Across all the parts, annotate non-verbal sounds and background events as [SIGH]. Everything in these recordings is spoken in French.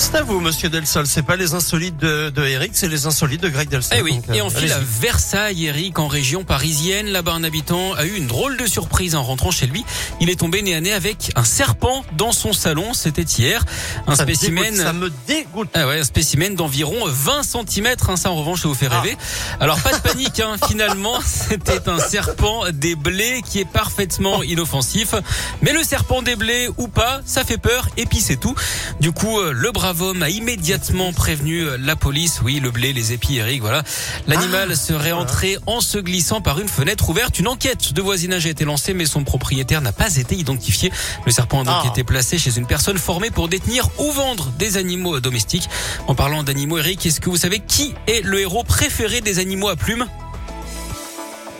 C'est à vous, monsieur Delsol. C'est pas les insolites de, de Eric, c'est les insolites de Greg Delsol. Eh oui, Donc, euh, et on file à allez-y. Versailles, Eric, en région parisienne. Là-bas, un habitant a eu une drôle de surprise en rentrant chez lui. Il est tombé nez à nez avec un serpent dans son salon. C'était hier. Un Ça me spécimen. dégoûte, Ça me dégoûte. Ah ouais, un spécimen d'environ euh, 20 cm, hein, ça en revanche ça vous fait rêver. Alors pas de panique, hein, finalement c'était un serpent des blés qui est parfaitement inoffensif. Mais le serpent des blés ou pas, ça fait peur et puis c'est tout. Du coup euh, le brave homme a immédiatement prévenu euh, la police, oui le blé, les épis, Eric, voilà. L'animal serait entré en se glissant par une fenêtre ouverte. Une enquête de voisinage a été lancée mais son propriétaire n'a pas été identifié. Le serpent a donc Ah. été placé chez une personne formée pour détenir ou vendre des animaux domestiques. En parlant d'animaux, Eric, est-ce que vous savez qui est le héros préféré des animaux à plumes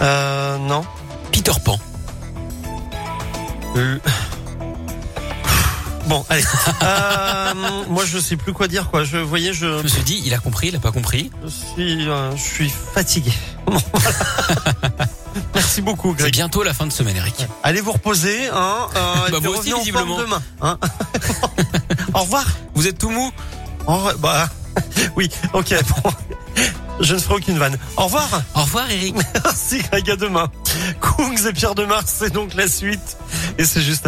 Euh, non. Peter Pan. Euh. Bon, [LAUGHS] allez. Euh, moi, je sais plus quoi dire, quoi. Je, vous voyez, je, Je me suis dit, il a compris, il a pas compris. je suis, euh, je suis fatigué. Bon, [LAUGHS] voilà. Merci beaucoup, C'est Greg. bientôt la fin de semaine, Eric. Allez vous reposer, hein. Euh, et Bah, puis vous revenez aussi, en forme visiblement. demain, [LAUGHS] hein. Au revoir. Vous êtes tout mou Au revoir. Bah, [LAUGHS] oui. Ok. Bon. Je ne ferai aucune vanne. Au revoir. Au revoir, Eric. Merci Greg, à demain. Kungs et Pierre de Mars, c'est donc la suite. Et c'est juste